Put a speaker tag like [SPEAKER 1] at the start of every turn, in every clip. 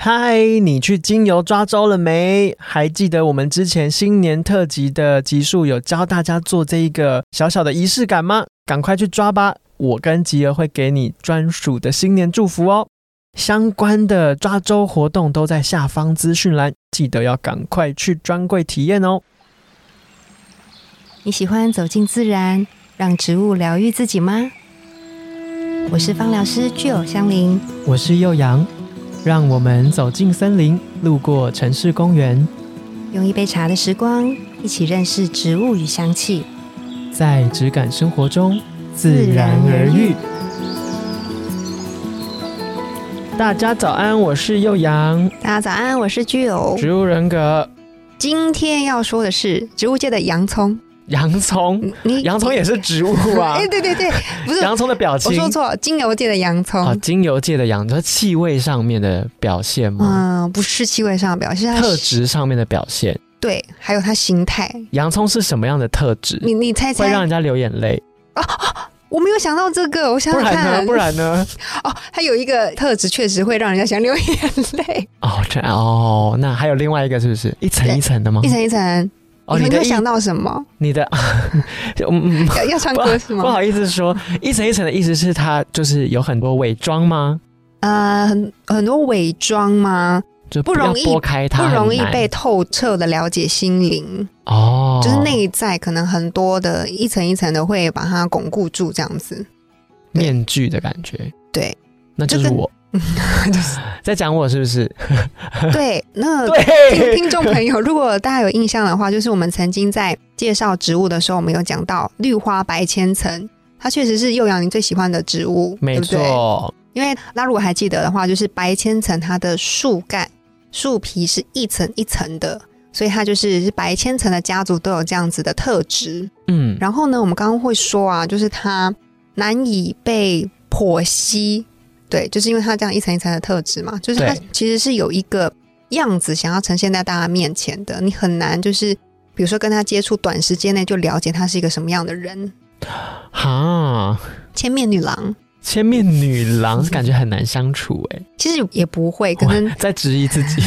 [SPEAKER 1] 嗨，你去精油抓周了没？还记得我们之前新年特辑的集数有教大家做这一个小小的仪式感吗？赶快去抓吧！我跟吉儿会给你专属的新年祝福哦。相关的抓周活动都在下方资讯栏，记得要赶快去专柜体验哦。
[SPEAKER 2] 你喜欢走进自然，让植物疗愈自己吗？我是芳疗师具有香林，
[SPEAKER 1] 我是幼阳，让我们走进森林，路过城市公园，
[SPEAKER 2] 用一杯茶的时光，一起认识植物与香气。
[SPEAKER 1] 在质感生活中
[SPEAKER 2] 自然而愈。
[SPEAKER 1] 大家早安，我是幼阳，
[SPEAKER 2] 大家早安，我是具有。
[SPEAKER 1] 植物人格
[SPEAKER 2] 今天要说的是植物界的洋葱，
[SPEAKER 1] 洋葱，
[SPEAKER 2] 嗯你
[SPEAKER 1] 洋葱也是植物啊
[SPEAKER 2] 哎、。对 对对，不是
[SPEAKER 1] 洋葱的表
[SPEAKER 2] 我
[SPEAKER 1] 情，
[SPEAKER 2] 说错，了，精油界的洋葱。
[SPEAKER 1] 啊，精油界的洋葱，气味上面的表现吗？
[SPEAKER 2] 嗯，不是气味上的表现，是它
[SPEAKER 1] 特质上面的表现，
[SPEAKER 2] 对，还有它形态。
[SPEAKER 1] 洋葱是什么样的特质？
[SPEAKER 2] 你你猜
[SPEAKER 1] 会
[SPEAKER 2] 猜
[SPEAKER 1] 让，人家流眼泪，
[SPEAKER 2] 我没有想到这个，我想
[SPEAKER 1] 不
[SPEAKER 2] 想
[SPEAKER 1] 然呢？
[SPEAKER 2] 看，
[SPEAKER 1] 不然呢？
[SPEAKER 2] 哦，它有一个特质确实会让人家想流眼泪。
[SPEAKER 1] 哦，这样哦，那还有另外一个是不是一层
[SPEAKER 2] 对
[SPEAKER 1] 一层的吗
[SPEAKER 2] 一？层一层，
[SPEAKER 1] 哦，
[SPEAKER 2] 你
[SPEAKER 1] 你
[SPEAKER 2] 们
[SPEAKER 1] 的
[SPEAKER 2] 会
[SPEAKER 1] 意
[SPEAKER 2] 想到什 么？
[SPEAKER 1] 你的，嗯，嗯
[SPEAKER 2] 要要唱歌是
[SPEAKER 1] 不
[SPEAKER 2] 吗？
[SPEAKER 1] 好意思说，一层一层的意思是它就是有很多伪装吗？
[SPEAKER 2] 呃，很很多伪装吗？
[SPEAKER 1] 就
[SPEAKER 2] 不容易
[SPEAKER 1] 要拨开
[SPEAKER 2] 不
[SPEAKER 1] 它，
[SPEAKER 2] 容易
[SPEAKER 1] 很难
[SPEAKER 2] 被透彻的了解心灵，
[SPEAKER 1] 哦，
[SPEAKER 2] 就是内在可能很多的一层一层的会把它巩固住，这样 子。
[SPEAKER 1] 面具的感觉，
[SPEAKER 2] 对，
[SPEAKER 1] 那就是
[SPEAKER 2] 就跟
[SPEAKER 1] 我
[SPEAKER 2] 就是
[SPEAKER 1] 在讲我是不是？
[SPEAKER 2] 对，那呃听
[SPEAKER 1] 对，
[SPEAKER 2] 听众朋友，如果大家有印象的话，就是我们曾经在介绍植物的时候，我们有讲到绿花白千层，它确实是幼阳你最喜欢的植物，
[SPEAKER 1] 没
[SPEAKER 2] 对不对？
[SPEAKER 1] 错，
[SPEAKER 2] 因为那如果还记得的话，就是白千层它的树干、树皮是一层一层的，所以它就是是白千层的家族都有这样子的特质。
[SPEAKER 1] 嗯，
[SPEAKER 2] 然后呢，我们刚刚会说啊，就是它难以被剖析，对，就是因为它这样一层一层的特质嘛，就是它
[SPEAKER 1] 对
[SPEAKER 2] 其实是有一个样子想要呈现在大家面前的，你很难就是。比如说跟他接触，短时间内就了解他是一个什么样的人，
[SPEAKER 1] 哈，
[SPEAKER 2] 千面女郎
[SPEAKER 1] 千面女郎感觉很难相处哎，
[SPEAKER 2] 其实也不会，可能
[SPEAKER 1] 我在质疑自 己，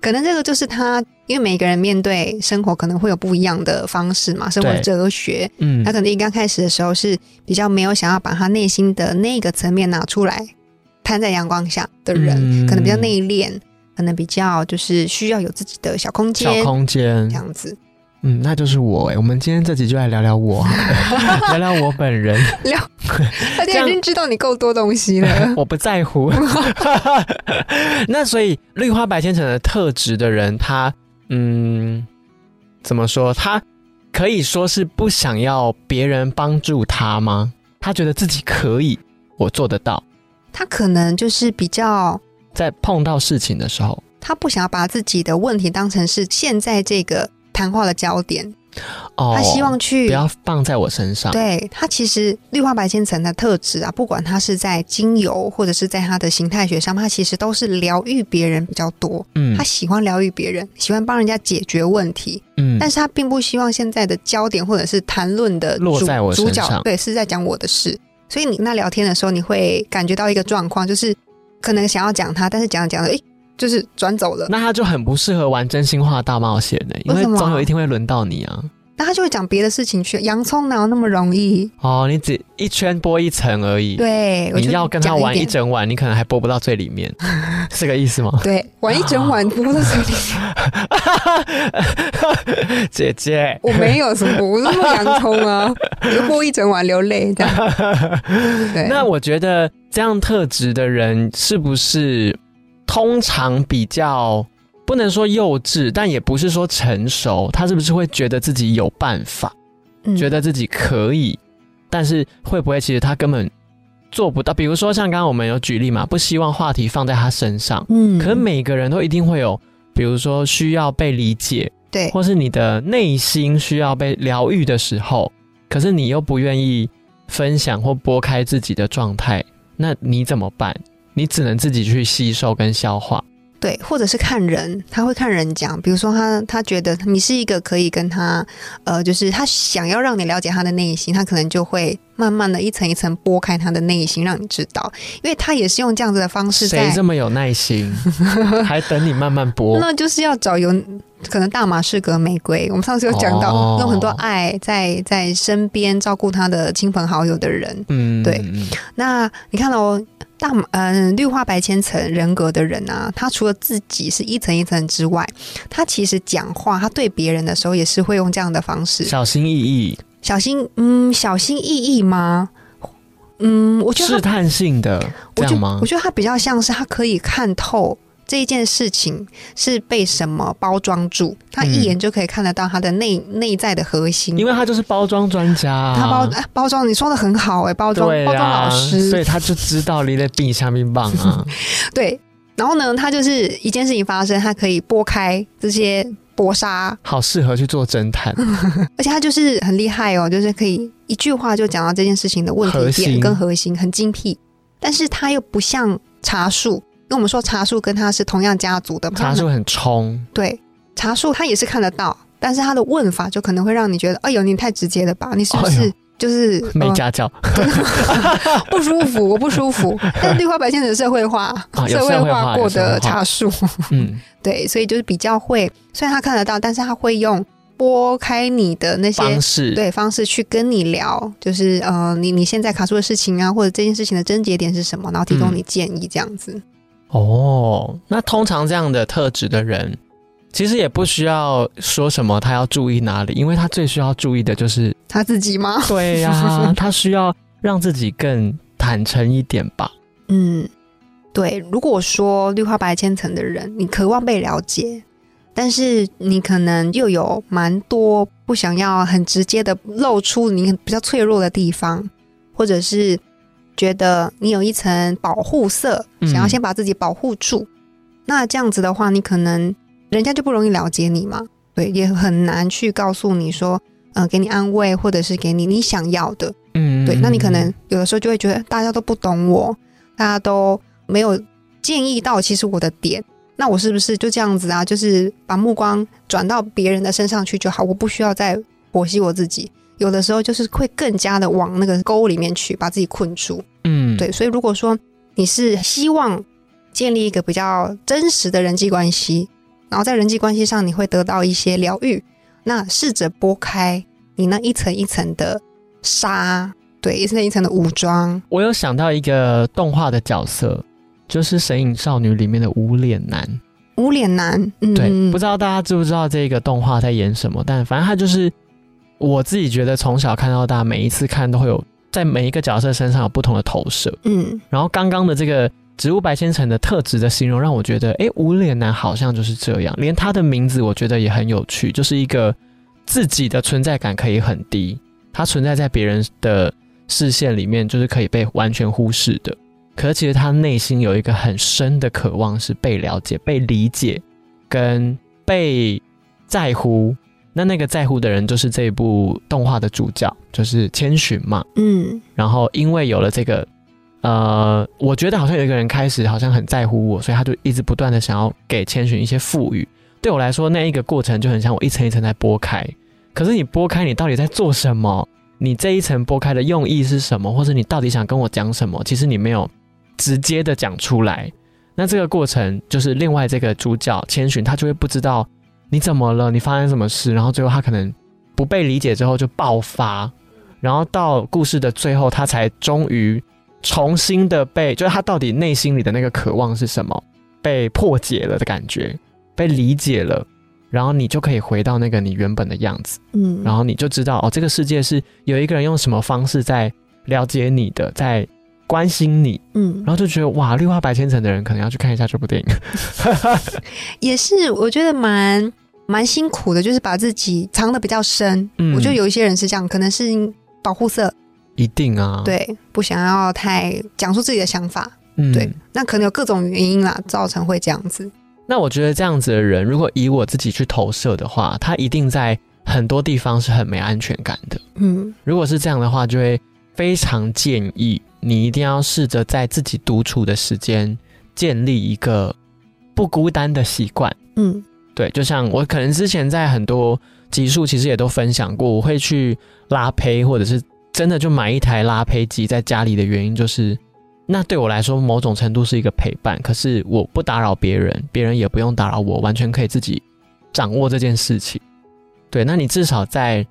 [SPEAKER 2] 可能这个就是他，因为每个人面对生活可能会有不一样的方式嘛，生活
[SPEAKER 1] 对
[SPEAKER 2] 哲学。
[SPEAKER 1] 嗯
[SPEAKER 2] 他，可能一刚开始的时候是比较没有想要把他内心的那个层面拿出来摊在阳光下的人，
[SPEAKER 1] 嗯
[SPEAKER 2] 可能比较内敛，可能比较就是需要有自己的小空
[SPEAKER 1] 小
[SPEAKER 2] 间
[SPEAKER 1] 空间
[SPEAKER 2] 这，样 子。
[SPEAKER 1] 嗯，那就是我哎，我们今天这集就来聊聊我好了， 聊聊我本人，
[SPEAKER 2] 而且
[SPEAKER 1] 这样，
[SPEAKER 2] 已经知道你够多东西了
[SPEAKER 1] 我不在乎。 那所以绿花白千层的特质的人，他嗯，怎么说？他可以说是不想要别人帮助他吗？他觉得自己可以，我做得到。
[SPEAKER 2] 他可能就是比较
[SPEAKER 1] 在碰到事情的时候，
[SPEAKER 2] 他不想要把自己的问题当成是现在这个谈话的焦点，
[SPEAKER 1] 哦，
[SPEAKER 2] 他希望
[SPEAKER 1] 不
[SPEAKER 2] 去
[SPEAKER 1] 要放在我身上。
[SPEAKER 2] 对它其实绿化白千层的特质啊，不管它是在精油或者是在它的形态学上，它其实都是疗愈别人比较多。
[SPEAKER 1] 嗯
[SPEAKER 2] 他喜欢疗愈别人，喜欢帮人家解决问题，
[SPEAKER 1] 嗯，
[SPEAKER 2] 但是他并不希望现在的焦点或者是谈论的主
[SPEAKER 1] 落在我身
[SPEAKER 2] 主角
[SPEAKER 1] 上
[SPEAKER 2] 对是在讲我的事。所以你跟他聊天的时候，你会感觉到一个状况，就是可能想要讲他，但是讲着讲着，诶，就是转走了。
[SPEAKER 1] 那他就很不适合玩真心话大冒险呢、因
[SPEAKER 2] 为
[SPEAKER 1] 为
[SPEAKER 2] 什么
[SPEAKER 1] 总有一天会轮到你啊。
[SPEAKER 2] 那他就会讲别的事情去。洋葱哪有那么容易？
[SPEAKER 1] 哦，你只一圈剥一层而已。
[SPEAKER 2] 对，我
[SPEAKER 1] 你
[SPEAKER 2] 就
[SPEAKER 1] 要跟他
[SPEAKER 2] 讲一
[SPEAKER 1] 玩一
[SPEAKER 2] 点
[SPEAKER 1] 整晚，你可能还播不到最里 面，是这个意思吗？
[SPEAKER 2] 对，玩一 整晚不到水里
[SPEAKER 1] 姐姐，
[SPEAKER 2] 我没有什么，我那么洋葱 啊，就播一整晚流泪这样。对，
[SPEAKER 1] 那我觉得这样特质的人是不是通常比较不能说幼稚，但也不是说成熟，他是不是会觉得自己有办法，
[SPEAKER 2] 嗯
[SPEAKER 1] 觉得自己可以，但是会不会其实他根本做不到？比如说像刚刚我们有举例嘛，不希望话题放在他身上，
[SPEAKER 2] 嗯
[SPEAKER 1] 可是每个人都一定会有，比如说需要被理解，
[SPEAKER 2] 对
[SPEAKER 1] 或是你的内心需要被疗愈的时候，可是你又不愿意分享或拨开自己的状态，那你怎么办？你只能自己去吸收跟消化。
[SPEAKER 2] 对，或者是看人，他会看人讲，比如说他他觉得你是一个可以跟他，呃，就是他想要让你了解他的内心，他可能就会慢慢的一层一层剥开他的内心，让你知道，因为他也是用这样子的方式
[SPEAKER 1] 谁
[SPEAKER 2] 在，
[SPEAKER 1] 这么有耐 心，还等你慢慢播？
[SPEAKER 2] 那就是要找有可能大马士革玫瑰，我们上次有讲到、
[SPEAKER 1] 哦
[SPEAKER 2] 用很多爱在在身边照顾他的亲朋好友的人，
[SPEAKER 1] 嗯，
[SPEAKER 2] 对
[SPEAKER 1] 嗯，
[SPEAKER 2] 那你看哦，大嗯、呃、绿化白千层人格的人啊，他除了自己是一层一层之外，他其实讲话，他对别人的时候也是会用这样的方式，
[SPEAKER 1] 小心翼翼，
[SPEAKER 2] 小心，嗯，小心翼翼吗？嗯，我觉
[SPEAKER 1] 试
[SPEAKER 2] 得他，
[SPEAKER 1] 探性的，
[SPEAKER 2] 我
[SPEAKER 1] 这
[SPEAKER 2] 觉
[SPEAKER 1] 样
[SPEAKER 2] 得
[SPEAKER 1] 吗
[SPEAKER 2] 我？觉得他比较像是他可以看透。这一件事情是被什么包装住？他一
[SPEAKER 1] 嗯
[SPEAKER 2] 眼就可以看得到他的内、内在的核心。
[SPEAKER 1] 因为他就是包装专家啊，
[SPEAKER 2] 他包、哎包装，你说的很好哎、包装、
[SPEAKER 1] 对
[SPEAKER 2] 包装
[SPEAKER 1] 啊，
[SPEAKER 2] 老师，
[SPEAKER 1] 所以他就知道你在病下面棒 啊，
[SPEAKER 2] 对，然后呢，他就是一件事情发生，他可以拨开这些薄纱，
[SPEAKER 1] 好适合去做侦 探，
[SPEAKER 2] 而且他就是很厉害哦，就是可以一句话就讲到这件事情的问
[SPEAKER 1] 核
[SPEAKER 2] 题
[SPEAKER 1] 心
[SPEAKER 2] 点跟核心，很精辟。但是他又不像茶树，因为我们说茶树跟他是同样家族的嘛，
[SPEAKER 1] 查出很冲，
[SPEAKER 2] 对茶树他也是看得到，但是他的问法就可能会让你觉得，哎呦，你太直接了吧，你是不
[SPEAKER 1] 哎
[SPEAKER 2] 是
[SPEAKER 1] 呦
[SPEAKER 2] 就是、
[SPEAKER 1] 没
[SPEAKER 2] 呃
[SPEAKER 1] 家教
[SPEAKER 2] 不舒服，我不 舒服。但绿化白线的社会化，
[SPEAKER 1] 啊有
[SPEAKER 2] 社
[SPEAKER 1] 社会
[SPEAKER 2] 化
[SPEAKER 1] 化
[SPEAKER 2] 过
[SPEAKER 1] 有社会
[SPEAKER 2] 的
[SPEAKER 1] 化
[SPEAKER 2] 茶树。
[SPEAKER 1] 嗯，
[SPEAKER 2] 对，所以就是比较会，虽然他看得到，但是他会用拨开你的那些
[SPEAKER 1] 方式，
[SPEAKER 2] 对方式去跟你聊，就是呃，你你现在卡住的事情啊，或者这件事情的症结点是什么，然后提供
[SPEAKER 1] 嗯
[SPEAKER 2] 你建议这样子。
[SPEAKER 1] 哦，那通常这样的特质的人，其实也不需要说什么他要注意哪里，因为他最需要注意的就是，
[SPEAKER 2] 他自己吗？
[SPEAKER 1] 对呀、 他需要让自己更坦诚一点吧。
[SPEAKER 2] 嗯，对。如果说绿化白千层的人，你渴望被了解，但是你可能又有蛮多不想要很直接的露出你比较脆弱的地方，或者是觉得你有一层保护色，
[SPEAKER 1] 嗯
[SPEAKER 2] 想要先把自己保护住。那这样子的话，你可能人家就不容易了解你嘛，对，也很难去告诉你说，呃，给你安慰，或者是给你你想要的。
[SPEAKER 1] 嗯，
[SPEAKER 2] 对，那你可能有的时候就会觉得大家都不懂我，大家都没有建议到其实我的点，那我是不是就这样子啊？就是把目光转到别人的身上去就好，我不需要再剖析我自己。有的时候就是会更加的往那个沟里面去，把自己困住。
[SPEAKER 1] 嗯，
[SPEAKER 2] 对，所以如果说你是希望建立一个比较真实的人际关系，然后在人际关系上你会得到一些疗愈，那试着拨开你那一层一层的纱，对，一层一层的武装。
[SPEAKER 1] 我有想到一个动画的角色，就是《神隐少女》里面的无脸男。
[SPEAKER 2] 无脸男，嗯，
[SPEAKER 1] 对，不知道大家知不知道这个动画在演什么，但反正它就是我自己觉得从小看到大，每一次看都会有在每一个角色身上有不同的投射。
[SPEAKER 2] 嗯，
[SPEAKER 1] 然后刚刚的这个植物白千层的特质的形容，让我觉得，诶，无脸男好像就是这样。连他的名字，我觉得也很有趣，就是一个自己的存在感可以很低，他存在在别人的视线里面，就是可以被完全忽视的。可是其实他内心有一个很深的渴望，是被了解、被理解，跟被在乎。那那个在乎的人，就是这一部动画的主角，就是千寻嘛。
[SPEAKER 2] 嗯，
[SPEAKER 1] 然后因为有了这个，呃，我觉得好像有一个人开始好像很在乎我，所以他就一直不断的想要给千寻一些赋予。对我来说，那一个过程就很像我一层一层在剥开。可是你剥开，你到底在做什么？你这一层剥开的用意是什么？或者你到底想跟我讲什么？其实你没有直接的讲出来。那这个过程就是另外这个主角千寻，他就会不知道你怎么了，你发生什么事，然后最后他可能不被理解之后就爆发，然后到故事的最后，他才终于重新的被，就是他到底内心里的那个渴望是什么，被破解了的感觉，被理解了，然后你就可以回到那个你原本的样子，
[SPEAKER 2] 嗯，
[SPEAKER 1] 然后你就知道哦，这个世界是有一个人用什么方式在了解你的，在关心你，
[SPEAKER 2] 嗯
[SPEAKER 1] 然，后就觉得哇，绿化白千层的人可能要去看一下这部电影，
[SPEAKER 2] 也是我觉得蛮蛮辛苦的，就是把自己藏的比较深。
[SPEAKER 1] 嗯
[SPEAKER 2] 我觉得有一些人是这样，可能是保护色，
[SPEAKER 1] 一定啊，，
[SPEAKER 2] 对，不想要太讲述自己的想法，
[SPEAKER 1] 嗯
[SPEAKER 2] 对，那可能有各种原因啦，造成会这样子。
[SPEAKER 1] 那我觉得这样子的人，如果以我自己去投射的话，他一定在很多地方是很没安全感的。
[SPEAKER 2] 嗯
[SPEAKER 1] 如果是这样的话，就会非常建议你一定要试着在自己独处的时间建立一个不孤单的习惯。
[SPEAKER 2] 嗯
[SPEAKER 1] 对，就像我可能之前在很多集数其实也都分享过，我会去拉胚，或者是真的就买一台拉胚机在家里的原因，就是那对我来说某种程度是一个陪伴，可是我不打扰别人，别人也不用打扰我，完全可以自己掌握这件事情。对，那你至少在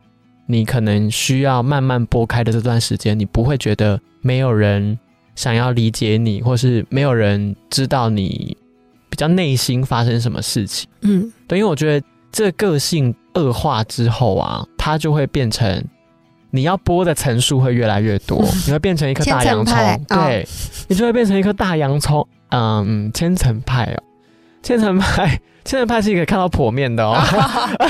[SPEAKER 1] 你可能需要慢慢拨开的这段时间，你不会觉得没有人想要理解你，或是没有人知道你比较内心发生什么事情。
[SPEAKER 2] 嗯
[SPEAKER 1] 对，因为我觉得这个性恶化之后啊，它就会变成你要播的层数会越来越 多，你会变成一颗大洋葱
[SPEAKER 2] 千层派，哦
[SPEAKER 1] 对，你就会变成一颗大洋葱。嗯，千层派哦，千层派，千层派是一个看到剖面的 哦，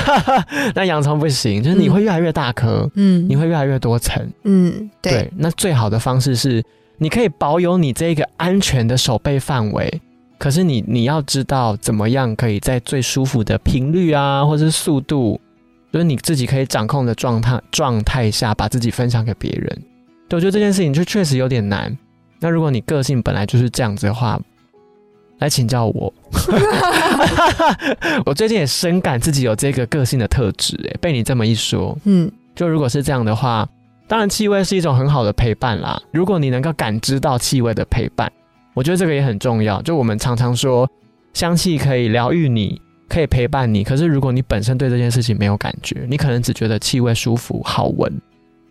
[SPEAKER 1] 那洋葱不行，就是你会越来越大颗，
[SPEAKER 2] 嗯，
[SPEAKER 1] 你会越来越多层。
[SPEAKER 2] 嗯对，
[SPEAKER 1] 那最好的方式是，你可以保有你这个安全的手背范围，可是你你要知道怎么样可以在最舒服的频率啊，或是速度，就是你自己可以掌控的状态状态下，把自己分享给别人。对，我觉得这件事情就确实有点难。那如果你个性本来就是这样子的话，来请教我。我最近也深感自己有这个个性的特质，哎，被你这么一说，
[SPEAKER 2] 嗯
[SPEAKER 1] 就如果是这样的话，当然气味是一种很好的陪伴啦。如果你能够感知到气味的陪伴，我觉得这个也很重要。就我们常常说，香气可以疗愈你，可以陪伴你。可是如果你本身对这件事情没有感觉，你可能只觉得气味舒服、好闻，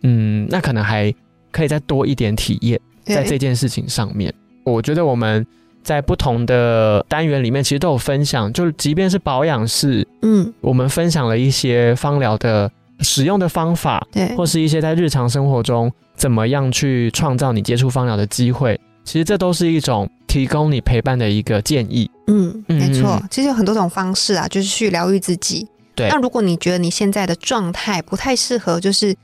[SPEAKER 1] 嗯，那可能还可以再多一点体验。在这
[SPEAKER 2] 对，
[SPEAKER 1] 件事情上面，我觉得我们在不同的单元里面其实都有分享，就即便是保养室，
[SPEAKER 2] 嗯
[SPEAKER 1] 我们分享了一些芳疗的使用的方法，
[SPEAKER 2] 对，
[SPEAKER 1] 或是一些在日常生活中怎么样去创造你接触芳疗的机会，其实这都是一种提供你陪伴的一个建议。
[SPEAKER 2] 嗯，
[SPEAKER 1] 嗯
[SPEAKER 2] 没错
[SPEAKER 1] 嗯，
[SPEAKER 2] 其实有很多种方式啊，就是去疗愈自己。
[SPEAKER 1] 对
[SPEAKER 2] 那如果你觉得你现在的状态不太适合，就是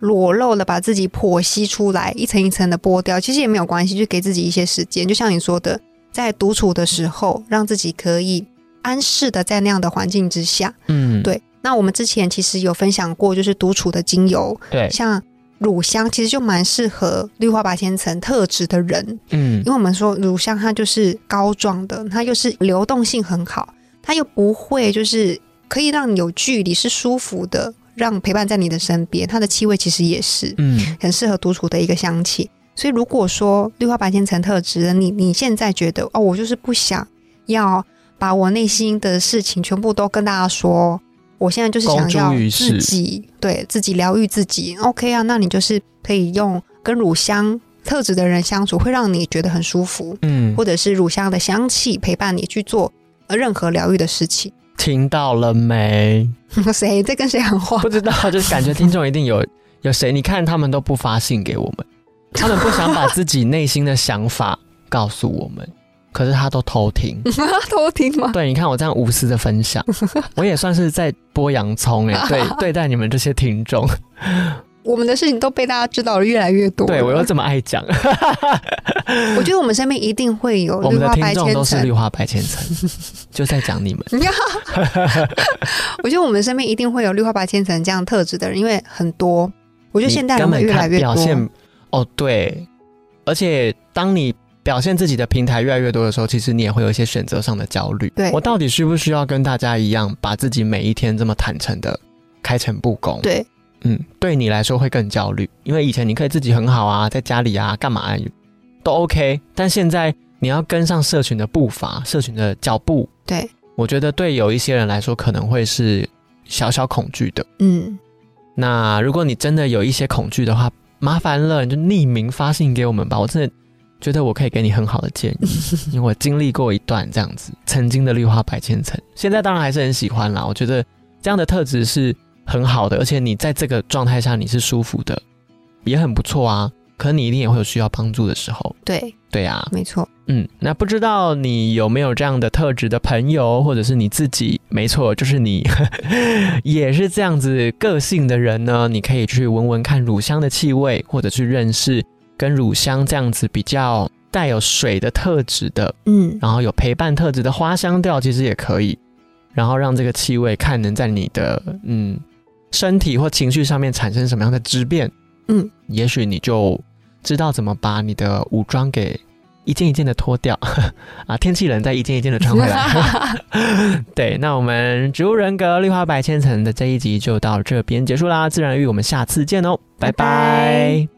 [SPEAKER 2] 裸露的把自己剖析出来，一层一层的剥掉，其实也没有关系，就给自己一些时间。就像你说的，在独处的时候，让自己可以安适的在那样的环境之下。
[SPEAKER 1] 嗯，
[SPEAKER 2] 对，那我们之前其实有分享过，就是独处的精油，
[SPEAKER 1] 对，
[SPEAKER 2] 像乳香，其实就蛮适合绿化八千层特质的人。
[SPEAKER 1] 嗯
[SPEAKER 2] 因为我们说乳香它就是膏状的，它又是流动性很好，它又不会就是可以让你有距离，是舒服的，让陪伴在你的身边。它的气味其实也是
[SPEAKER 1] 嗯
[SPEAKER 2] 很适合独处的一个香气。所以如果说绿化白千层特质的你，你现在觉得哦，我就是不想要把我内心的事情全部都跟大家说。我现在就是想
[SPEAKER 1] 公
[SPEAKER 2] 要
[SPEAKER 1] 诸于世
[SPEAKER 2] 自己对自己疗愈自己，OK 啊？那你就是可以用跟乳香特质的人相处，会让你觉得很舒服，
[SPEAKER 1] 嗯
[SPEAKER 2] 或，者是乳香的香气陪伴你去做呃任何疗愈的事情。
[SPEAKER 1] 听到了没？
[SPEAKER 2] 谁在跟谁喊话？
[SPEAKER 1] 不知道，就是感觉听众一定有 有谁，你看他们都不发信给我们，他们不想把自己内心的想法告诉我们，可是他都偷 听。
[SPEAKER 2] 偷听吗？
[SPEAKER 1] 对，你看我这样无私的分享，我也算是在剥洋葱哎、 对，对待你们这些听众，
[SPEAKER 2] 我们的事情都被大家知道的越来越多了。
[SPEAKER 1] 对我又这么爱讲，
[SPEAKER 2] 我觉得我们身边一定会有
[SPEAKER 1] 我
[SPEAKER 2] 哦绿
[SPEAKER 1] 们的
[SPEAKER 2] 花
[SPEAKER 1] 听
[SPEAKER 2] 白
[SPEAKER 1] 众
[SPEAKER 2] 千
[SPEAKER 1] 都是绿
[SPEAKER 2] 层。
[SPEAKER 1] 化白千 层，就在讲你们，
[SPEAKER 2] 我觉得我们身边一定会有绿花白千层这样特质的人，因为很多。我觉得
[SPEAKER 1] 你
[SPEAKER 2] 现代人
[SPEAKER 1] 根本
[SPEAKER 2] 会越来
[SPEAKER 1] 看
[SPEAKER 2] 越
[SPEAKER 1] 表
[SPEAKER 2] 多。
[SPEAKER 1] 现哦，对，而且当你表现自己的平台越来越多的时候，其实你也会有一些选择上的焦虑。
[SPEAKER 2] 对
[SPEAKER 1] 我到底需不需要跟大家一样，把自己每一天这么坦诚的开诚布公？，
[SPEAKER 2] 对，
[SPEAKER 1] 嗯，对你来说会更焦虑，因为以前你可以自己很好啊，在家里啊，干嘛、啊、都 OK，但现在你要跟上社群的步伐，社群的脚步，
[SPEAKER 2] 对，
[SPEAKER 1] 我觉得对有一些人来说可能会是小小恐惧的。
[SPEAKER 2] 嗯，
[SPEAKER 1] 那如果你真的有一些恐惧的话，麻烦了，你就匿名发信给我们吧。我真的觉得我可以给你很好的建议，因为我经历过一段这样子曾经的绿化白千层，现在当然还是很喜欢啦。我觉得这样的特质是很好的，而且你在这个状态下你是舒服的，也很不错啊。可你一定也会有需要帮助的时候，
[SPEAKER 2] 对，
[SPEAKER 1] 对啊，
[SPEAKER 2] 没错。
[SPEAKER 1] 嗯，那不知道你有没有这样的特质的朋友，或者是你自己？没错，就是你 也是这样子个性的人呢。你可以去闻闻看乳香的气味，或者去认识跟乳香这样子比较带有水的特质的，
[SPEAKER 2] 嗯，
[SPEAKER 1] 然后有陪伴特质的花香调，其实也可以。然后让这个气味看能在你的嗯身体或情绪上面产生什么样的质变。
[SPEAKER 2] 嗯，
[SPEAKER 1] 也许你就知道怎么把你的武装给一件一件的脱掉 啊，天气冷再一件一件的穿回 来。对，那我们植物人格绿化百千层的这一集就到这边结束啦，自然语我们下次见哦，拜拜。
[SPEAKER 2] 拜拜